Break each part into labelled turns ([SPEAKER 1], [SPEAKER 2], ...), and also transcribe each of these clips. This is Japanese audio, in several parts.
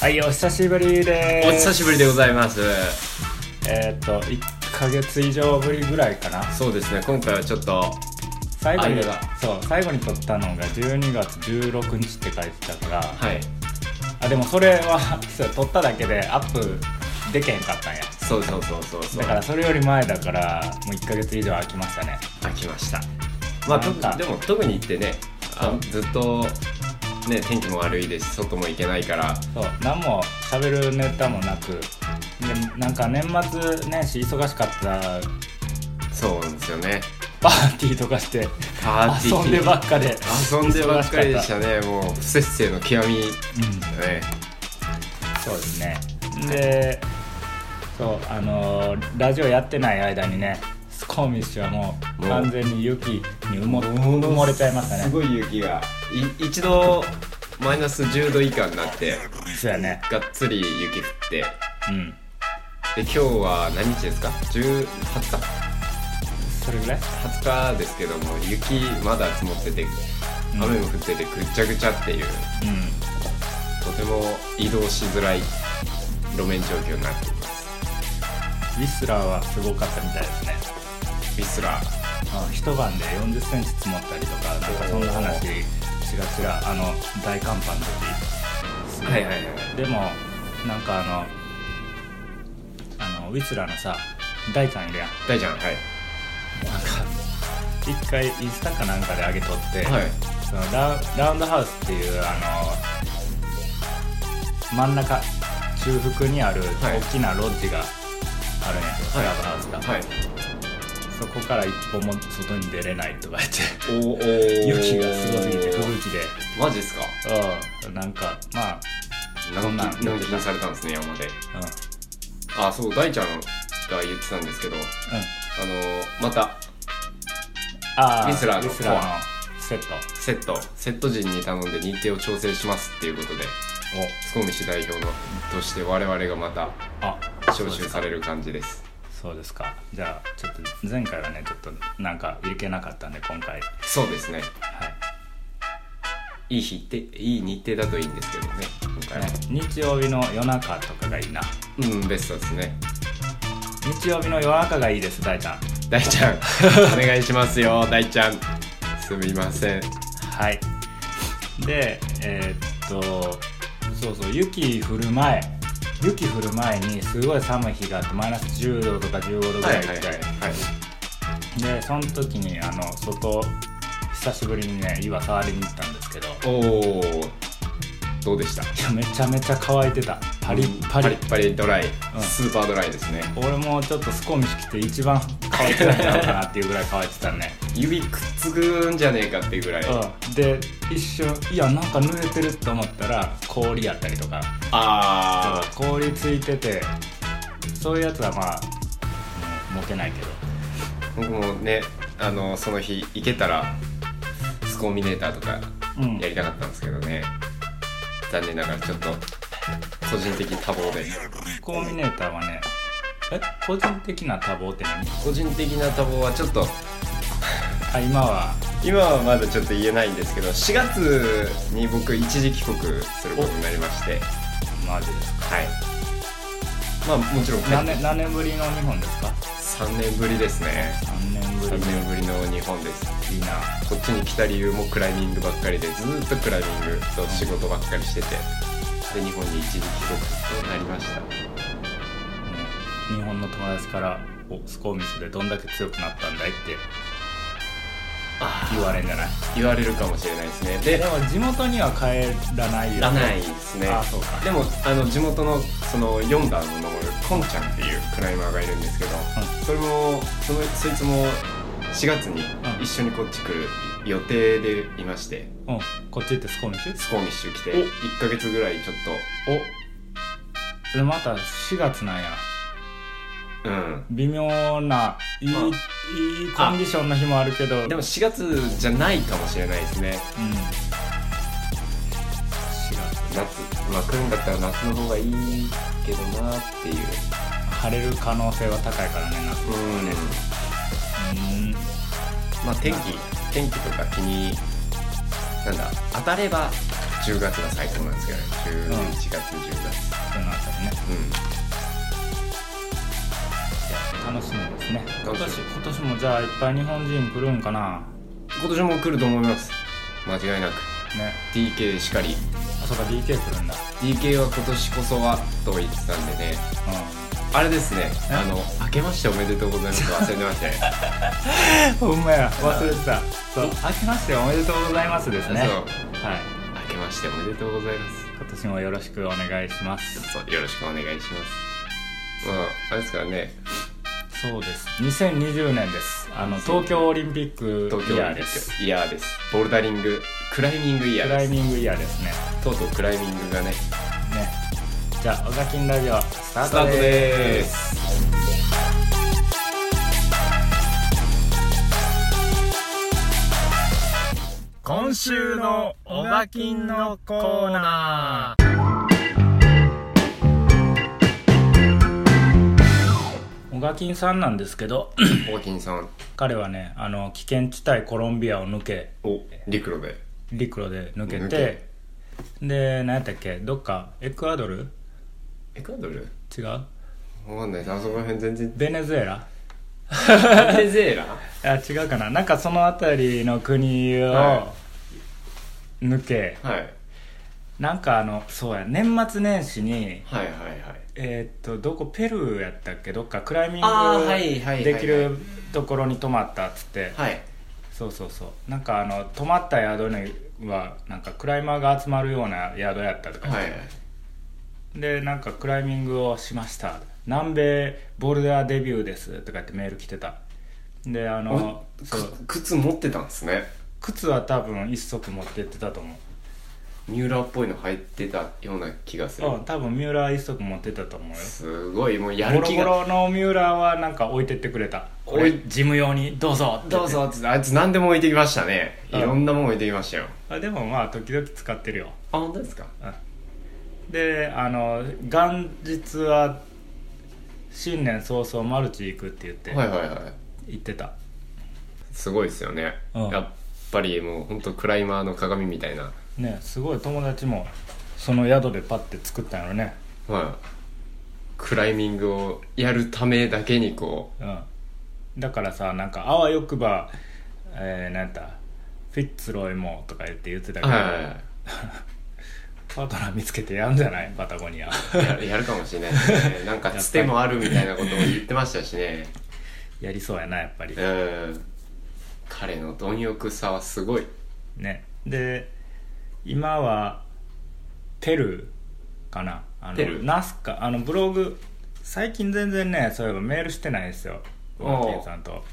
[SPEAKER 1] はい、お久しぶりで
[SPEAKER 2] お
[SPEAKER 1] す。
[SPEAKER 2] 久しぶりでございます
[SPEAKER 1] えーっ、と、1ヶ月以上ぶりぐらいかな。
[SPEAKER 2] そうですね今回はちょっと
[SPEAKER 1] 最後に
[SPEAKER 2] 間が、
[SPEAKER 1] そう、最後に撮ったのが12月16日って書いてたから、
[SPEAKER 2] はい
[SPEAKER 1] あ、でもそれは そう撮っただけでアップでけへんかったんや。
[SPEAKER 2] そうそうそうそうそう
[SPEAKER 1] だからそれより前だから、もう1ヶ月以上空きましたね。
[SPEAKER 2] 飽きましたまあ
[SPEAKER 1] なんか
[SPEAKER 2] 特でも特に行ってねあずっとね天気も悪いですし外も行けないから
[SPEAKER 1] そう、何も喋るネタもなく、でなんか年末年始忙しかった
[SPEAKER 2] そうなんですよね
[SPEAKER 1] パーティーとかして、
[SPEAKER 2] パーティー
[SPEAKER 1] 遊んでばっかで。
[SPEAKER 2] 遊んでばっかりでしたねもう不節制の極み
[SPEAKER 1] うん
[SPEAKER 2] だね
[SPEAKER 1] そうですねでそうあのーラジオやってない間にねスコーミッシュはもう
[SPEAKER 2] もう
[SPEAKER 1] 完全に雪に埋も埋もれちゃいました
[SPEAKER 2] す
[SPEAKER 1] ね
[SPEAKER 2] ごい雪がい一度マイナス10度以下になって
[SPEAKER 1] そうやね
[SPEAKER 2] がっつり雪降って
[SPEAKER 1] うん
[SPEAKER 2] で今日は何日ですか10 20日
[SPEAKER 1] それぐらい
[SPEAKER 2] 20日ですけども雪まだ積もってて
[SPEAKER 1] うん
[SPEAKER 2] 雨も降っててぐっちゃぐちゃっていう、
[SPEAKER 1] うん
[SPEAKER 2] とても移動しづらい路面状況になっています
[SPEAKER 1] ウィスラーはすごかったみたいですね
[SPEAKER 2] ウィスラー
[SPEAKER 1] あの一晩で4 0センチ積もったりとかなんかそんな話ちらちらあの大寒波の時
[SPEAKER 2] はいはいはい
[SPEAKER 1] でもなんかあのあのウィスラーのさ大ちゃんいるやん
[SPEAKER 2] 大ちゃんはい
[SPEAKER 1] なんか一回インスタかなんかで上げとって、
[SPEAKER 2] はい
[SPEAKER 1] そのラウラウンドハウスっていうあの真ん中中腹にある
[SPEAKER 2] はい
[SPEAKER 1] 大きなロッジがあるんやけど、ク
[SPEAKER 2] はい
[SPEAKER 1] ラブハウスが、
[SPEAKER 2] はい
[SPEAKER 1] そこから一歩も外に出れないとか言って
[SPEAKER 2] おーお
[SPEAKER 1] 雪がすごすぎて吹雪で
[SPEAKER 2] マジっすか
[SPEAKER 1] うんなんかまあ、
[SPEAKER 2] 軟
[SPEAKER 1] そんなん
[SPEAKER 2] 禁軟禁されたんですね山で
[SPEAKER 1] うんうん、
[SPEAKER 2] あそう大ちゃんが言ってたんですけどあのーまた
[SPEAKER 1] あ
[SPEAKER 2] ウィスラーの
[SPEAKER 1] ウィスラー
[SPEAKER 2] コ
[SPEAKER 1] のセット
[SPEAKER 2] セットセット陣に頼んで日程を調整しますっていうことで
[SPEAKER 1] を
[SPEAKER 2] スコミシ代表のとして我々がまた
[SPEAKER 1] あ
[SPEAKER 2] 招集される感じです
[SPEAKER 1] そうですかじゃあちょっと前回はねちょっとなんかいけなかったんで今回
[SPEAKER 2] そうですね
[SPEAKER 1] はい
[SPEAKER 2] いい日っていい日程だといいんですけどね今回は、
[SPEAKER 1] 日曜日の夜中とかがいいな
[SPEAKER 2] うんベストですね
[SPEAKER 1] 日曜日の夜中がいいです大ちゃん
[SPEAKER 2] 大ち ゃんお願いしますよ大ちゃんすみません
[SPEAKER 1] はいでえーっとそうそう雪降る前雪降る前にすごい寒い日があってマイナス10度とか15度ぐらいで、でその時にあの外久しぶりにね岩触りに行ったんですけどい
[SPEAKER 2] おおどうでした
[SPEAKER 1] やめちゃめちゃ乾いてたパリッパリ、
[SPEAKER 2] パリッパリドライ、
[SPEAKER 1] うん
[SPEAKER 2] スーパードライですね
[SPEAKER 1] 俺もちょっとスコーミシ来て一番乾いてたんちゃうかなっていうぐらい乾いてたね
[SPEAKER 2] 指くっつくんじゃねえかっていうぐらい、あ
[SPEAKER 1] うん、で一瞬いやなんか濡れてると思ったら氷やったりとか
[SPEAKER 2] あ
[SPEAKER 1] 氷ついててそういうやつはまあもう持てないけど
[SPEAKER 2] 僕もねあのその日行けたらスコーミネーターとか
[SPEAKER 1] うん
[SPEAKER 2] やりたかったんですけどね、残念ながらちょっと個人的多忙で
[SPEAKER 1] コーミネーターはねえ個人的な多忙って何
[SPEAKER 2] 個人的な多忙はちょっと
[SPEAKER 1] あ今は
[SPEAKER 2] 今はまだちょっと言えないんですけど4月に僕一時帰国することになりまして
[SPEAKER 1] マジですか
[SPEAKER 2] はいまあもちろん帰っ
[SPEAKER 1] 何年何年ぶりの日本ですか
[SPEAKER 2] 3年ぶりですね
[SPEAKER 1] 3年ぶ
[SPEAKER 2] 3
[SPEAKER 1] り
[SPEAKER 2] 年ぶりの日本です
[SPEAKER 1] いいな
[SPEAKER 2] こっちに来た理由もクライミングばっかりでずーっとクライミングと仕事ばっかりしててで日本に一時帰国となりました
[SPEAKER 1] うん日本の友達から「おスコーミスでどんだけ強くなったんだい?」って
[SPEAKER 2] あ
[SPEAKER 1] 言われんじゃない
[SPEAKER 2] 言われるかもしれないですね
[SPEAKER 1] で
[SPEAKER 2] で
[SPEAKER 1] も地元には帰らないよ
[SPEAKER 2] らないですね
[SPEAKER 1] あそうか
[SPEAKER 2] でもあの地元のその4段を登るコンちゃんっていうクライマーがいるんですけど、
[SPEAKER 1] ん
[SPEAKER 2] それもそのそいつも4月に
[SPEAKER 1] うん
[SPEAKER 2] 一緒にこっち来る予定でいまして、
[SPEAKER 1] うん、こっち行ってスコーミッシュ
[SPEAKER 2] スコーミッシュ来て
[SPEAKER 1] お
[SPEAKER 2] 1ヶ月ぐらいちょっ
[SPEAKER 1] おでまた4月なんや
[SPEAKER 2] とうん
[SPEAKER 1] 微妙ないい,、
[SPEAKER 2] まあ
[SPEAKER 1] いいコンディションの日もあるけど
[SPEAKER 2] でも4月じゃないかもしれないですね
[SPEAKER 1] うん4月
[SPEAKER 2] 夏まあ来るんだったら夏の方がいいけどなっていう
[SPEAKER 1] 晴れる可能性は高いからね夏
[SPEAKER 2] うん
[SPEAKER 1] うん
[SPEAKER 2] まあ天気天気とか気になんだ当たれば10月が最高なんですけど11月
[SPEAKER 1] そ
[SPEAKER 2] 10月
[SPEAKER 1] のあたりね
[SPEAKER 2] うん
[SPEAKER 1] 楽しみですね今
[SPEAKER 2] 楽し
[SPEAKER 1] 年
[SPEAKER 2] み
[SPEAKER 1] 今年もじゃあいっぱい日本人来るんかな
[SPEAKER 2] 今年も来ると思います間違いなく
[SPEAKER 1] ね
[SPEAKER 2] DK しかり
[SPEAKER 1] あそうか DK 来るんだ
[SPEAKER 2] DK は今年こそはと言ってたんでねあれですね
[SPEAKER 1] え
[SPEAKER 2] あの「明けましておめでとうございます」忘れてました ね
[SPEAKER 1] うんほんまや忘れてたそう明けましておめでとうございますですね
[SPEAKER 2] そう
[SPEAKER 1] はい
[SPEAKER 2] 明けましておめでとうございます
[SPEAKER 1] 今年もよろしくお願いします
[SPEAKER 2] そうよろしくお願いしますまああれですからね
[SPEAKER 1] そうです2020年ですあの東京オリンピック
[SPEAKER 2] 東京
[SPEAKER 1] イ
[SPEAKER 2] オ
[SPEAKER 1] ヤ
[SPEAKER 2] リ
[SPEAKER 1] ー
[SPEAKER 2] ン
[SPEAKER 1] で
[SPEAKER 2] ピック
[SPEAKER 1] す
[SPEAKER 2] イヤーですボルダリングクライミングイヤ
[SPEAKER 1] ク
[SPEAKER 2] ー
[SPEAKER 1] ラ
[SPEAKER 2] で
[SPEAKER 1] イ
[SPEAKER 2] す
[SPEAKER 1] ミングイヤーですね
[SPEAKER 2] とうとうクライミングがね
[SPEAKER 1] ねじゃあ「オガキンラジオ」スタ
[SPEAKER 2] スタ
[SPEAKER 1] ー
[SPEAKER 2] ー
[SPEAKER 1] ト
[SPEAKER 2] ト
[SPEAKER 1] で
[SPEAKER 2] ですす
[SPEAKER 1] 今週のオガキンのコーナーオガキンさんなんですけど
[SPEAKER 2] ホーキンさん
[SPEAKER 1] 彼はねあの危険地帯コロンビアを抜け
[SPEAKER 2] お陸路で
[SPEAKER 1] 陸路で抜け
[SPEAKER 2] 抜
[SPEAKER 1] てで何やったっけどっかエクアドル
[SPEAKER 2] エクアドル
[SPEAKER 1] 違う
[SPEAKER 2] わかんないですあそこら辺全然
[SPEAKER 1] ベネズエラ
[SPEAKER 2] ベネズエラ
[SPEAKER 1] あ違うかななんかその辺りの国を
[SPEAKER 2] は
[SPEAKER 1] 抜け、
[SPEAKER 2] はい
[SPEAKER 1] なんかあのそうや年末年始に
[SPEAKER 2] はいはいはい
[SPEAKER 1] えーっとどこペルーやったっけどっかクライミン
[SPEAKER 2] あーはいはいは
[SPEAKER 1] グ
[SPEAKER 2] いはい
[SPEAKER 1] できるところに泊まったっつって
[SPEAKER 2] はい
[SPEAKER 1] そうそうそうなんかあの泊まった宿にはなんかクライマーが集まるような宿やったとか、
[SPEAKER 2] はい
[SPEAKER 1] でなんかクライミングをしました南米ボルダーデビューですとか言ってメール来てたであのそう
[SPEAKER 2] く靴持ってたんですね
[SPEAKER 1] 靴は多分一足持ってってたと思う
[SPEAKER 2] 三浦っぽいの入ってたような気がする
[SPEAKER 1] うん多分三浦一足持ってたと思うよ
[SPEAKER 2] すごいもうや
[SPEAKER 1] ボ
[SPEAKER 2] る
[SPEAKER 1] ロ
[SPEAKER 2] 気
[SPEAKER 1] ボ
[SPEAKER 2] が
[SPEAKER 1] ロの三浦はなんか置いてってくれたこれ
[SPEAKER 2] おい
[SPEAKER 1] ジム用にどうぞって
[SPEAKER 2] どうぞっつってあいつ何でも置いてきましたね
[SPEAKER 1] うん
[SPEAKER 2] いろんなもん置いてきましたよ
[SPEAKER 1] あでもまあ時々使ってるよ
[SPEAKER 2] あ本当ですか
[SPEAKER 1] うんであの元日は新年早々マルチ行くって言って、
[SPEAKER 2] はいはいはい
[SPEAKER 1] 行ってた
[SPEAKER 2] すごいですよね
[SPEAKER 1] うん
[SPEAKER 2] やっぱりもう本当クライマーの鏡みたいな
[SPEAKER 1] ねすごい友達もその宿でパッて作ったんやろね
[SPEAKER 2] まあクライミングをやるためだけにこ
[SPEAKER 1] うんだからさなんかあわよくばえー、なんやったフィッツロイもとか言って言ってた
[SPEAKER 2] う
[SPEAKER 1] けど、
[SPEAKER 2] はいはいはい
[SPEAKER 1] パートナー見つけてやんじゃないパタゴニア
[SPEAKER 2] や やるかもしれないです ねなんかつてもあるみたいなことを言ってましたしね
[SPEAKER 1] やりそうやなやっぱり
[SPEAKER 2] うん彼の貪欲さはすごい
[SPEAKER 1] ねで今はペルーかなあの
[SPEAKER 2] ペルー
[SPEAKER 1] ナスカあのブログ最近全然ねそういえばメールしてないんですよ
[SPEAKER 2] お
[SPEAKER 1] ウ
[SPEAKER 2] う
[SPEAKER 1] ォーキンさんと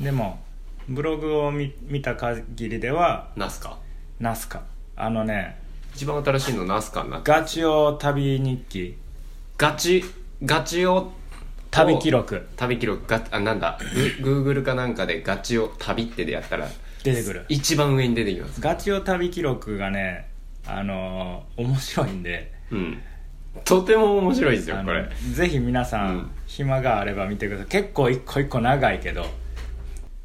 [SPEAKER 1] でもブログを見見た限りでは
[SPEAKER 2] ナスカ
[SPEAKER 1] ナスカあのね
[SPEAKER 2] 一番新しいのナスカになって
[SPEAKER 1] ガチオ旅日記
[SPEAKER 2] ガチガチを
[SPEAKER 1] 旅記録
[SPEAKER 2] 旅記録ガあなんだググーグルかなんかでガチを旅ってでやったら
[SPEAKER 1] 出てくる
[SPEAKER 2] 一番上に出てきます
[SPEAKER 1] ガチオ旅記録がねあのー面白いんで
[SPEAKER 2] うんとても面白いですよ
[SPEAKER 1] あ
[SPEAKER 2] こ
[SPEAKER 1] の
[SPEAKER 2] れ
[SPEAKER 1] ぜひ皆さん、
[SPEAKER 2] うん
[SPEAKER 1] 暇があれば見てください結構一個一個長いけど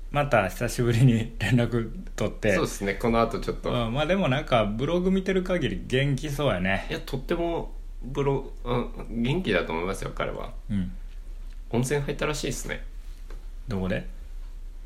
[SPEAKER 1] また久しぶりに 連絡取って
[SPEAKER 2] そうですねこの後ちょっと、
[SPEAKER 1] うんまあでもなんかブログ見てる限り元気そうや
[SPEAKER 2] い
[SPEAKER 1] ね
[SPEAKER 2] やとってもブロ、うん、元気だと思いますよ彼は
[SPEAKER 1] うん
[SPEAKER 2] 温泉入ったらしいですね
[SPEAKER 1] どこで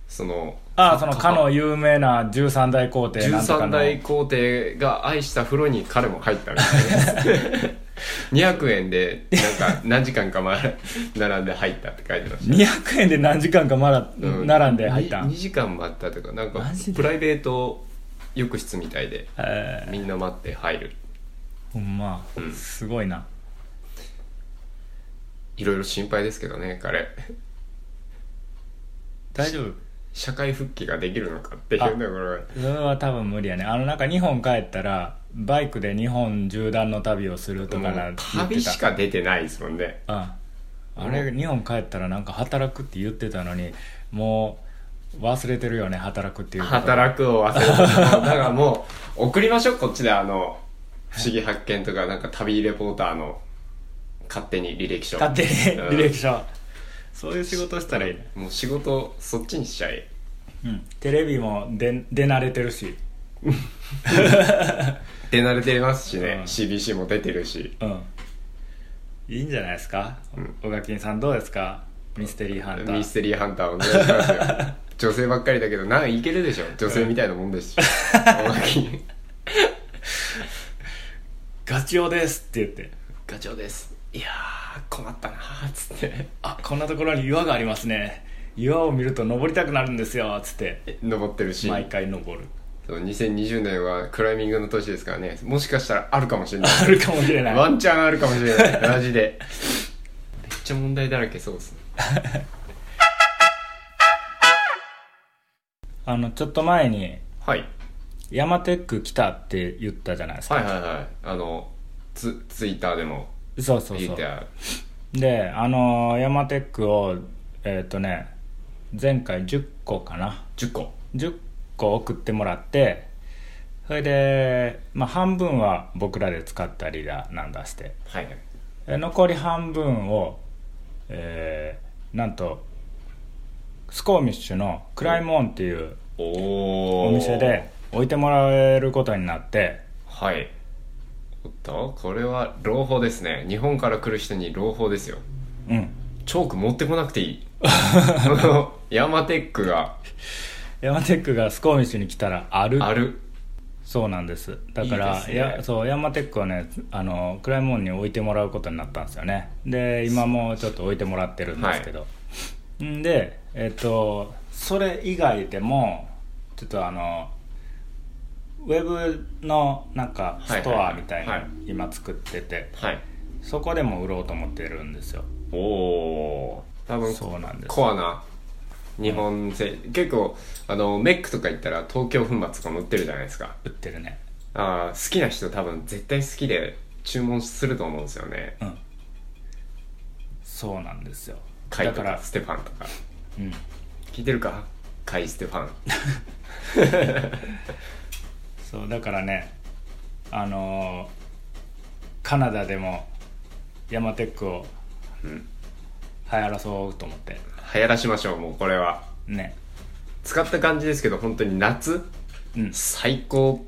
[SPEAKER 2] その
[SPEAKER 1] ああそのかの有名な十三代皇帝なんとか
[SPEAKER 2] 13
[SPEAKER 1] の
[SPEAKER 2] 代皇帝が愛した風呂に彼も入ったみたいです 200円でなんか何時間か前並んで入ったって書いてまし
[SPEAKER 1] 200円で何時間かまだ、
[SPEAKER 2] た、う
[SPEAKER 1] 並んで入った
[SPEAKER 2] に
[SPEAKER 1] ん
[SPEAKER 2] 2, 時間待ったとかなんか
[SPEAKER 1] マジで
[SPEAKER 2] プライベート浴室みたいで
[SPEAKER 1] え
[SPEAKER 2] みんな待って入る
[SPEAKER 1] ーほんま、
[SPEAKER 2] うん
[SPEAKER 1] すごいない
[SPEAKER 2] ろいろ心配ですけどね彼
[SPEAKER 1] 大丈夫
[SPEAKER 2] 社会復帰ができるのかっていうところが
[SPEAKER 1] それは多分無理やねあのなんか日本帰ったらバイクで日本縦断の旅をするとかな
[SPEAKER 2] もう
[SPEAKER 1] 言って
[SPEAKER 2] 旅
[SPEAKER 1] た
[SPEAKER 2] しか出てないですもんね
[SPEAKER 1] ああれ
[SPEAKER 2] う
[SPEAKER 1] 日本帰ったらなんか働くって言ってたのにもう忘れてるよね働くっていうこと
[SPEAKER 2] 働くを忘れてただからもう送りましょうこっちであの「不思議発見」とかなんか旅レポーターの勝手に履歴書
[SPEAKER 1] 勝手に
[SPEAKER 2] うん
[SPEAKER 1] 履歴書そういう仕事したらいいね
[SPEAKER 2] もう仕事そっちにしちゃえ
[SPEAKER 1] うんテレビも出出慣れてるし
[SPEAKER 2] 手慣れてますしね、
[SPEAKER 1] うん
[SPEAKER 2] CBC も出てるし
[SPEAKER 1] うんいいんじゃないですか小垣、さんどうですかミステリーハンタ
[SPEAKER 2] ミス
[SPEAKER 1] ー
[SPEAKER 2] テリーハンターお願いしますよ 女性ばっかりだけどなんいけるでしょ女性みたいなもんです し大垣
[SPEAKER 1] ガチオですって言って
[SPEAKER 2] ガチョウですいやー困ったなーっつって
[SPEAKER 1] あこんなところに岩がありますね岩を見ると登りたくなるんですよつって
[SPEAKER 2] え登ってるし
[SPEAKER 1] 毎回登る
[SPEAKER 2] そう2020年はクライミングの年ですからねもしかしたら あるかもしれない
[SPEAKER 1] あるかもしれない
[SPEAKER 2] ワンチャンあるかもしれないマジ でめっちゃ問題だらけそうですね
[SPEAKER 1] あのちょっと前に
[SPEAKER 2] はい
[SPEAKER 1] ヤマテック来たって言ったじゃないですか、
[SPEAKER 2] はいはいはいあのツツイッターでも
[SPEAKER 1] そうそうそ
[SPEAKER 2] 言って
[SPEAKER 1] う
[SPEAKER 2] ある
[SPEAKER 1] であのーヤマテックをえっ、とね前回10個かな
[SPEAKER 2] 10個
[SPEAKER 1] 10個送ってもらってそれで、まあ、半分は僕らで使ったりだなんだして
[SPEAKER 2] はいはい
[SPEAKER 1] え残り半分を、えーなんとスコーミッシュのクライムオンっていう
[SPEAKER 2] おお
[SPEAKER 1] お店で置いてもらえることになって
[SPEAKER 2] はいおっとこれは朗報ですね日本から来る人に朗報ですよ
[SPEAKER 1] うん
[SPEAKER 2] チョーク持ってこなくてい いあのヤマテックが
[SPEAKER 1] ヤマテックがスコーミッシュに来たらある
[SPEAKER 2] あ る
[SPEAKER 1] そうなんですだから
[SPEAKER 2] いいですね
[SPEAKER 1] やそうヤンマテックはねあのクライモンに置いてもらうことになったんですよねで今もちょっと置いてもらってるんですけど、んでえっ、とそれ以外でもちょっとあのウェブのなんかストアみたい
[SPEAKER 2] はいは
[SPEAKER 1] ない今作ってて
[SPEAKER 2] はい
[SPEAKER 1] そこでも売ろうと思ってるんですよ
[SPEAKER 2] おおー多分
[SPEAKER 1] そうなんです
[SPEAKER 2] コアな日本製、結構あのメックとか行ったら東京粉末とかも売ってるじゃないですか
[SPEAKER 1] 売ってるね
[SPEAKER 2] ああ好きな人多分絶対好きで注文すると思うんですよね
[SPEAKER 1] うんそうなんですよ
[SPEAKER 2] カイ
[SPEAKER 1] だ
[SPEAKER 2] と
[SPEAKER 1] から
[SPEAKER 2] かステファンとか
[SPEAKER 1] うん
[SPEAKER 2] 聞いてるかカイステファン
[SPEAKER 1] そうだからねあのーカナダでもヤマテックを
[SPEAKER 2] うん
[SPEAKER 1] 流行らそうと思って
[SPEAKER 2] 流行らしましょうもうこれは
[SPEAKER 1] ね
[SPEAKER 2] 使った感じですけど本当に夏
[SPEAKER 1] うん
[SPEAKER 2] 最高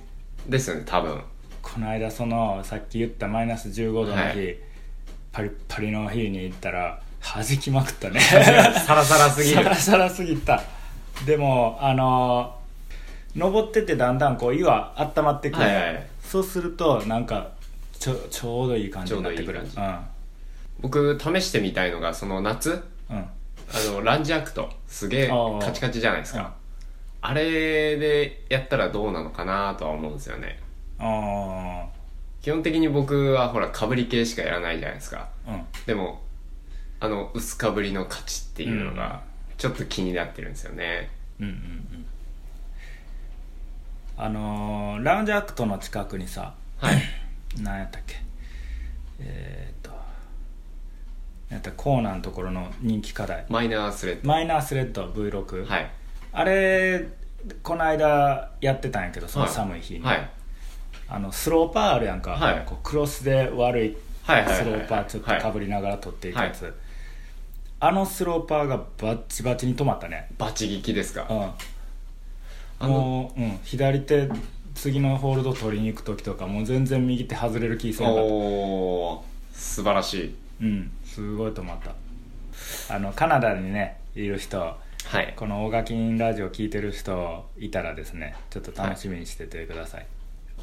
[SPEAKER 2] ですよね多分
[SPEAKER 1] この間そのさっき言ったマイナス15度の日、
[SPEAKER 2] はい
[SPEAKER 1] パリッパリの日に行ったら弾きまくったね
[SPEAKER 2] サラサラすぎ
[SPEAKER 1] サ
[SPEAKER 2] る
[SPEAKER 1] ラサラすぎたでもあのー登ってってだんだんこう岩温まってくる、
[SPEAKER 2] はいはい
[SPEAKER 1] そうするとなんかちょちょうどいい感じになってくる
[SPEAKER 2] ちょうどいい僕試してみたいのがその夏
[SPEAKER 1] うんうん
[SPEAKER 2] あのランジアクトすげえ
[SPEAKER 1] あー
[SPEAKER 2] カチカチじゃないですかあれでやったらどうなのかなとは思うんですよね
[SPEAKER 1] あ
[SPEAKER 2] 基本的に僕はほらかぶり系しかやらないじゃないですか
[SPEAKER 1] あうん
[SPEAKER 2] でもあの薄かぶりの価値っていうのがちょっと気になってるんですよね、
[SPEAKER 1] うんうんうんあのーラウンジアクトの近くにさ
[SPEAKER 2] はい
[SPEAKER 1] 何やったっけえー、っと何やったコーナーのところの人気課題
[SPEAKER 2] マイナースレッ
[SPEAKER 1] マイナースレッド V6、
[SPEAKER 2] ドはい
[SPEAKER 1] あれこの間やってたんやけどその
[SPEAKER 2] はい
[SPEAKER 1] 寒い日に、
[SPEAKER 2] はい
[SPEAKER 1] あのスローパーあるやんか、
[SPEAKER 2] はい
[SPEAKER 1] こうクロスで悪いスロ
[SPEAKER 2] はいはいはいはい
[SPEAKER 1] ーパーちょっとかぶりながら取っていくやつ、
[SPEAKER 2] は
[SPEAKER 1] あのスローパーがバッチバチに止まったね
[SPEAKER 2] バチ聞きですか
[SPEAKER 1] うん
[SPEAKER 2] あの
[SPEAKER 1] もう、うん、左手次のホールド取りに行く時とかもう全然右手外れる気せんかった
[SPEAKER 2] おー素晴らしい
[SPEAKER 1] うんすごい止まったあのカナダにねいる人
[SPEAKER 2] はい
[SPEAKER 1] この大垣ンラジオ聞いてる人いたらですねちょっと楽しみにしててください、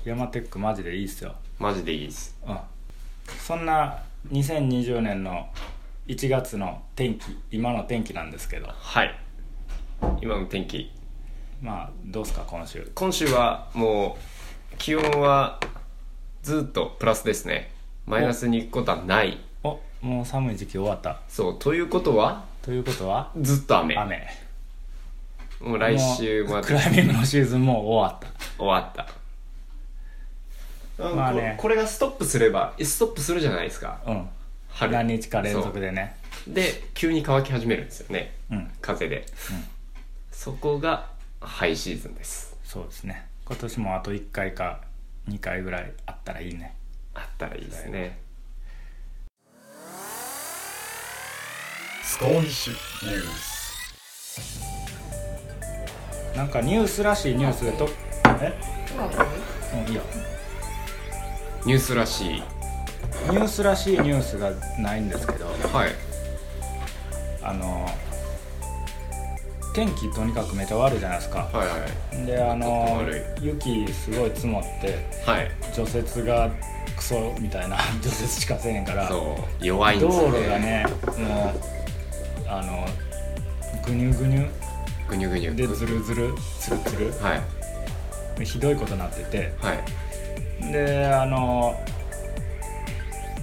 [SPEAKER 1] ヤマテックマジでいいっすよ
[SPEAKER 2] マジでいいです
[SPEAKER 1] うんそんな2020年の1月の天気今の天気なんですけど
[SPEAKER 2] はい今の天気
[SPEAKER 1] まあどうっすか今週
[SPEAKER 2] 今週はもう気温はずっとプラスですねマイナスに行くことはない
[SPEAKER 1] おもう寒い時期終わった
[SPEAKER 2] そうということは
[SPEAKER 1] ということは
[SPEAKER 2] ずっと雨
[SPEAKER 1] 雨
[SPEAKER 2] もう来週ま
[SPEAKER 1] ク
[SPEAKER 2] で
[SPEAKER 1] ライミングのシーズンもう終わっ
[SPEAKER 2] 終わった
[SPEAKER 1] まあね
[SPEAKER 2] ここれがストップすればストップするじゃないですか
[SPEAKER 1] たうん
[SPEAKER 2] 春
[SPEAKER 1] 何日か連続でね
[SPEAKER 2] そうで急に乾き始めるんですよね
[SPEAKER 1] うん
[SPEAKER 2] 風で、そこがハイシーズンです
[SPEAKER 1] そうですね今年もあと1回か2回ぐらいあったらいいね
[SPEAKER 2] あったらいいですね
[SPEAKER 3] スコーミッシュニュース
[SPEAKER 1] なんかニュースらしいニュースでとえうんいいよ
[SPEAKER 2] ニュースらしい
[SPEAKER 1] ニュースらしいニュースがないんですけど
[SPEAKER 2] はい
[SPEAKER 1] あの天気とにかくめちゃ悪いじゃないですか
[SPEAKER 2] はいはい
[SPEAKER 1] であの
[SPEAKER 2] ちょっと
[SPEAKER 1] 雪すごい積もって
[SPEAKER 2] はい
[SPEAKER 1] 除雪がクソみたいな 除雪しかせえへんから
[SPEAKER 2] そう弱いんで
[SPEAKER 1] 道
[SPEAKER 2] すよ
[SPEAKER 1] 路がねもうあのぐにゅぐにゅ
[SPEAKER 2] ぐにゅぐにゅ
[SPEAKER 1] でズルズルツルツル
[SPEAKER 2] はい
[SPEAKER 1] でひどいことになってて
[SPEAKER 2] はい
[SPEAKER 1] であの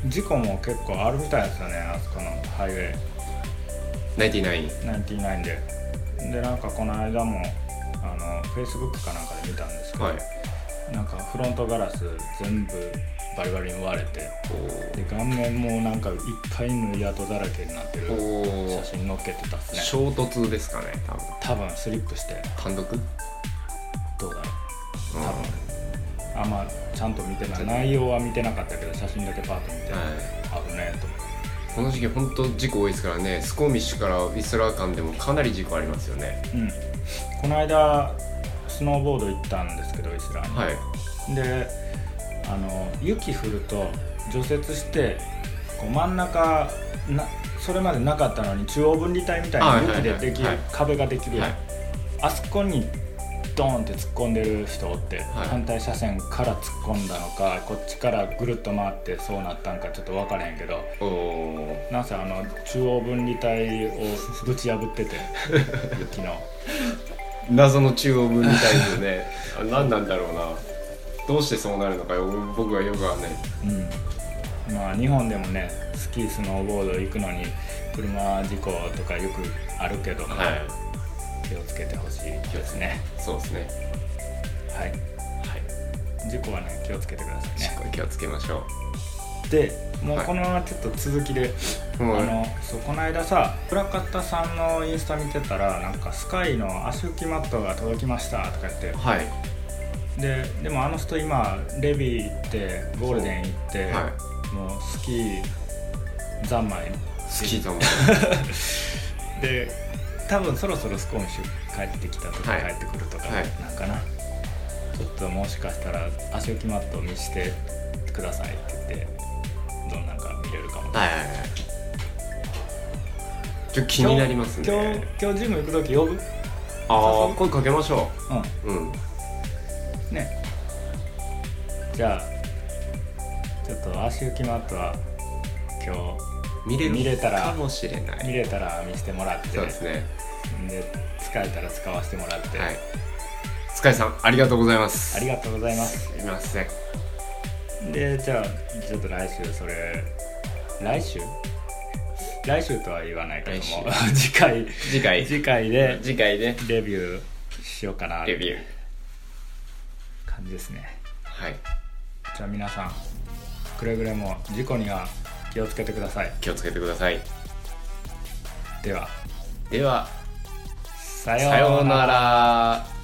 [SPEAKER 1] 事故も結構あるみたいですよねあそこのハイウェイ
[SPEAKER 2] ナイティナイン
[SPEAKER 1] 99ででなんかこの間もあのフェイスブックかなんかで見たんですけど、
[SPEAKER 2] はい
[SPEAKER 1] なんかフロントガラス全部バリバリに割れて
[SPEAKER 2] お
[SPEAKER 1] で顔面もなんかいっぱい縫い跡だらけになってる
[SPEAKER 2] ーお
[SPEAKER 1] 写
[SPEAKER 2] ー
[SPEAKER 1] 真載っけてたっすね
[SPEAKER 2] 衝突ですかね多分
[SPEAKER 1] 多分スリップして
[SPEAKER 2] 単独
[SPEAKER 1] どうだろう多分あんまちゃんと見てない内容は見てなかったけど写真だけパーッと見て、
[SPEAKER 2] は
[SPEAKER 1] 危ねえと思って
[SPEAKER 2] この時期本当事故多いですからねスコーミッシュからウィスラー間でもかなり事故ありますよね
[SPEAKER 1] うん、この間スノーボード行ったんですけどイスラム、
[SPEAKER 2] はい
[SPEAKER 1] であの雪降ると除雪してこう真ん中なそれまでなかったのに中央分離帯みたいに
[SPEAKER 2] はいはいは
[SPEAKER 1] 雪
[SPEAKER 2] い
[SPEAKER 1] でできる、
[SPEAKER 2] はい
[SPEAKER 1] 壁ができる、
[SPEAKER 2] はい
[SPEAKER 1] あそこにドーンって突っ込んでる人おって、反対車線から突っ込んだのかこっちからぐるっと回ってそうなったんかちょっと分からへんけど
[SPEAKER 2] おお
[SPEAKER 1] なんせあの中央分離帯をぶち破って て雪の。
[SPEAKER 2] 謎の中央分離帯で ねあ何なんだろうなどうしてそうなるのかよ僕はよくはね
[SPEAKER 1] うん、まあ日本でもねスキースノーボード行くのに車事故とかよくあるけど、
[SPEAKER 2] はい
[SPEAKER 1] 気をつけてほしいですね
[SPEAKER 2] そうですね
[SPEAKER 1] はい
[SPEAKER 2] はい
[SPEAKER 1] 事故はね気をつけてください
[SPEAKER 2] しっ
[SPEAKER 1] ね
[SPEAKER 2] かり気をつけましょ
[SPEAKER 1] でもう
[SPEAKER 2] はい
[SPEAKER 1] このままちょっと続きで、
[SPEAKER 2] うもう
[SPEAKER 1] あのそうこの間さ倉方さんのインスタ見てたらなんかスカイの足拭きマットが届きましたとか言って
[SPEAKER 2] はい
[SPEAKER 1] ででもあの人今レビー行ってゴールデン行って、
[SPEAKER 2] は
[SPEAKER 1] もうスキー三昧
[SPEAKER 2] いスキーとも
[SPEAKER 1] で多分そろそろスコーンシュ帰ってきたとか、
[SPEAKER 2] はい
[SPEAKER 1] 帰ってくるとか
[SPEAKER 2] はい
[SPEAKER 1] なんかな、ちょっともしかしたら足置きマットを見してくださいって言ってどんなんか見れるかも、
[SPEAKER 2] はいはいはいちょっと気になります
[SPEAKER 1] 今日
[SPEAKER 2] ね
[SPEAKER 1] 今日ジム行く時呼ぶ
[SPEAKER 2] あ
[SPEAKER 1] 誘
[SPEAKER 2] あ
[SPEAKER 1] う
[SPEAKER 2] 声かけましょ
[SPEAKER 1] う
[SPEAKER 2] ううん
[SPEAKER 1] んねじゃあちょっと足置きマットは今
[SPEAKER 2] 見れる
[SPEAKER 1] 見れたら
[SPEAKER 2] かもしれな
[SPEAKER 1] 日見
[SPEAKER 2] い
[SPEAKER 1] れたら見せてもらって
[SPEAKER 2] そうですね
[SPEAKER 1] で使えたら使わせてもらって、
[SPEAKER 2] はいスカイさんありがとうございます
[SPEAKER 1] ありがとうございます
[SPEAKER 2] すいません
[SPEAKER 1] でじゃあちょっと来週それ来週来週とは言わないけど
[SPEAKER 2] 来週
[SPEAKER 1] も 次回
[SPEAKER 2] 次回
[SPEAKER 1] 次回で
[SPEAKER 2] 次回で
[SPEAKER 1] レビューしようかな
[SPEAKER 2] レビュー
[SPEAKER 1] 感じですね
[SPEAKER 2] はい
[SPEAKER 1] じゃあ皆さんくれぐれも事故には気をつけてください
[SPEAKER 2] 気をつけてください
[SPEAKER 1] では
[SPEAKER 2] では
[SPEAKER 1] さ
[SPEAKER 2] さようなら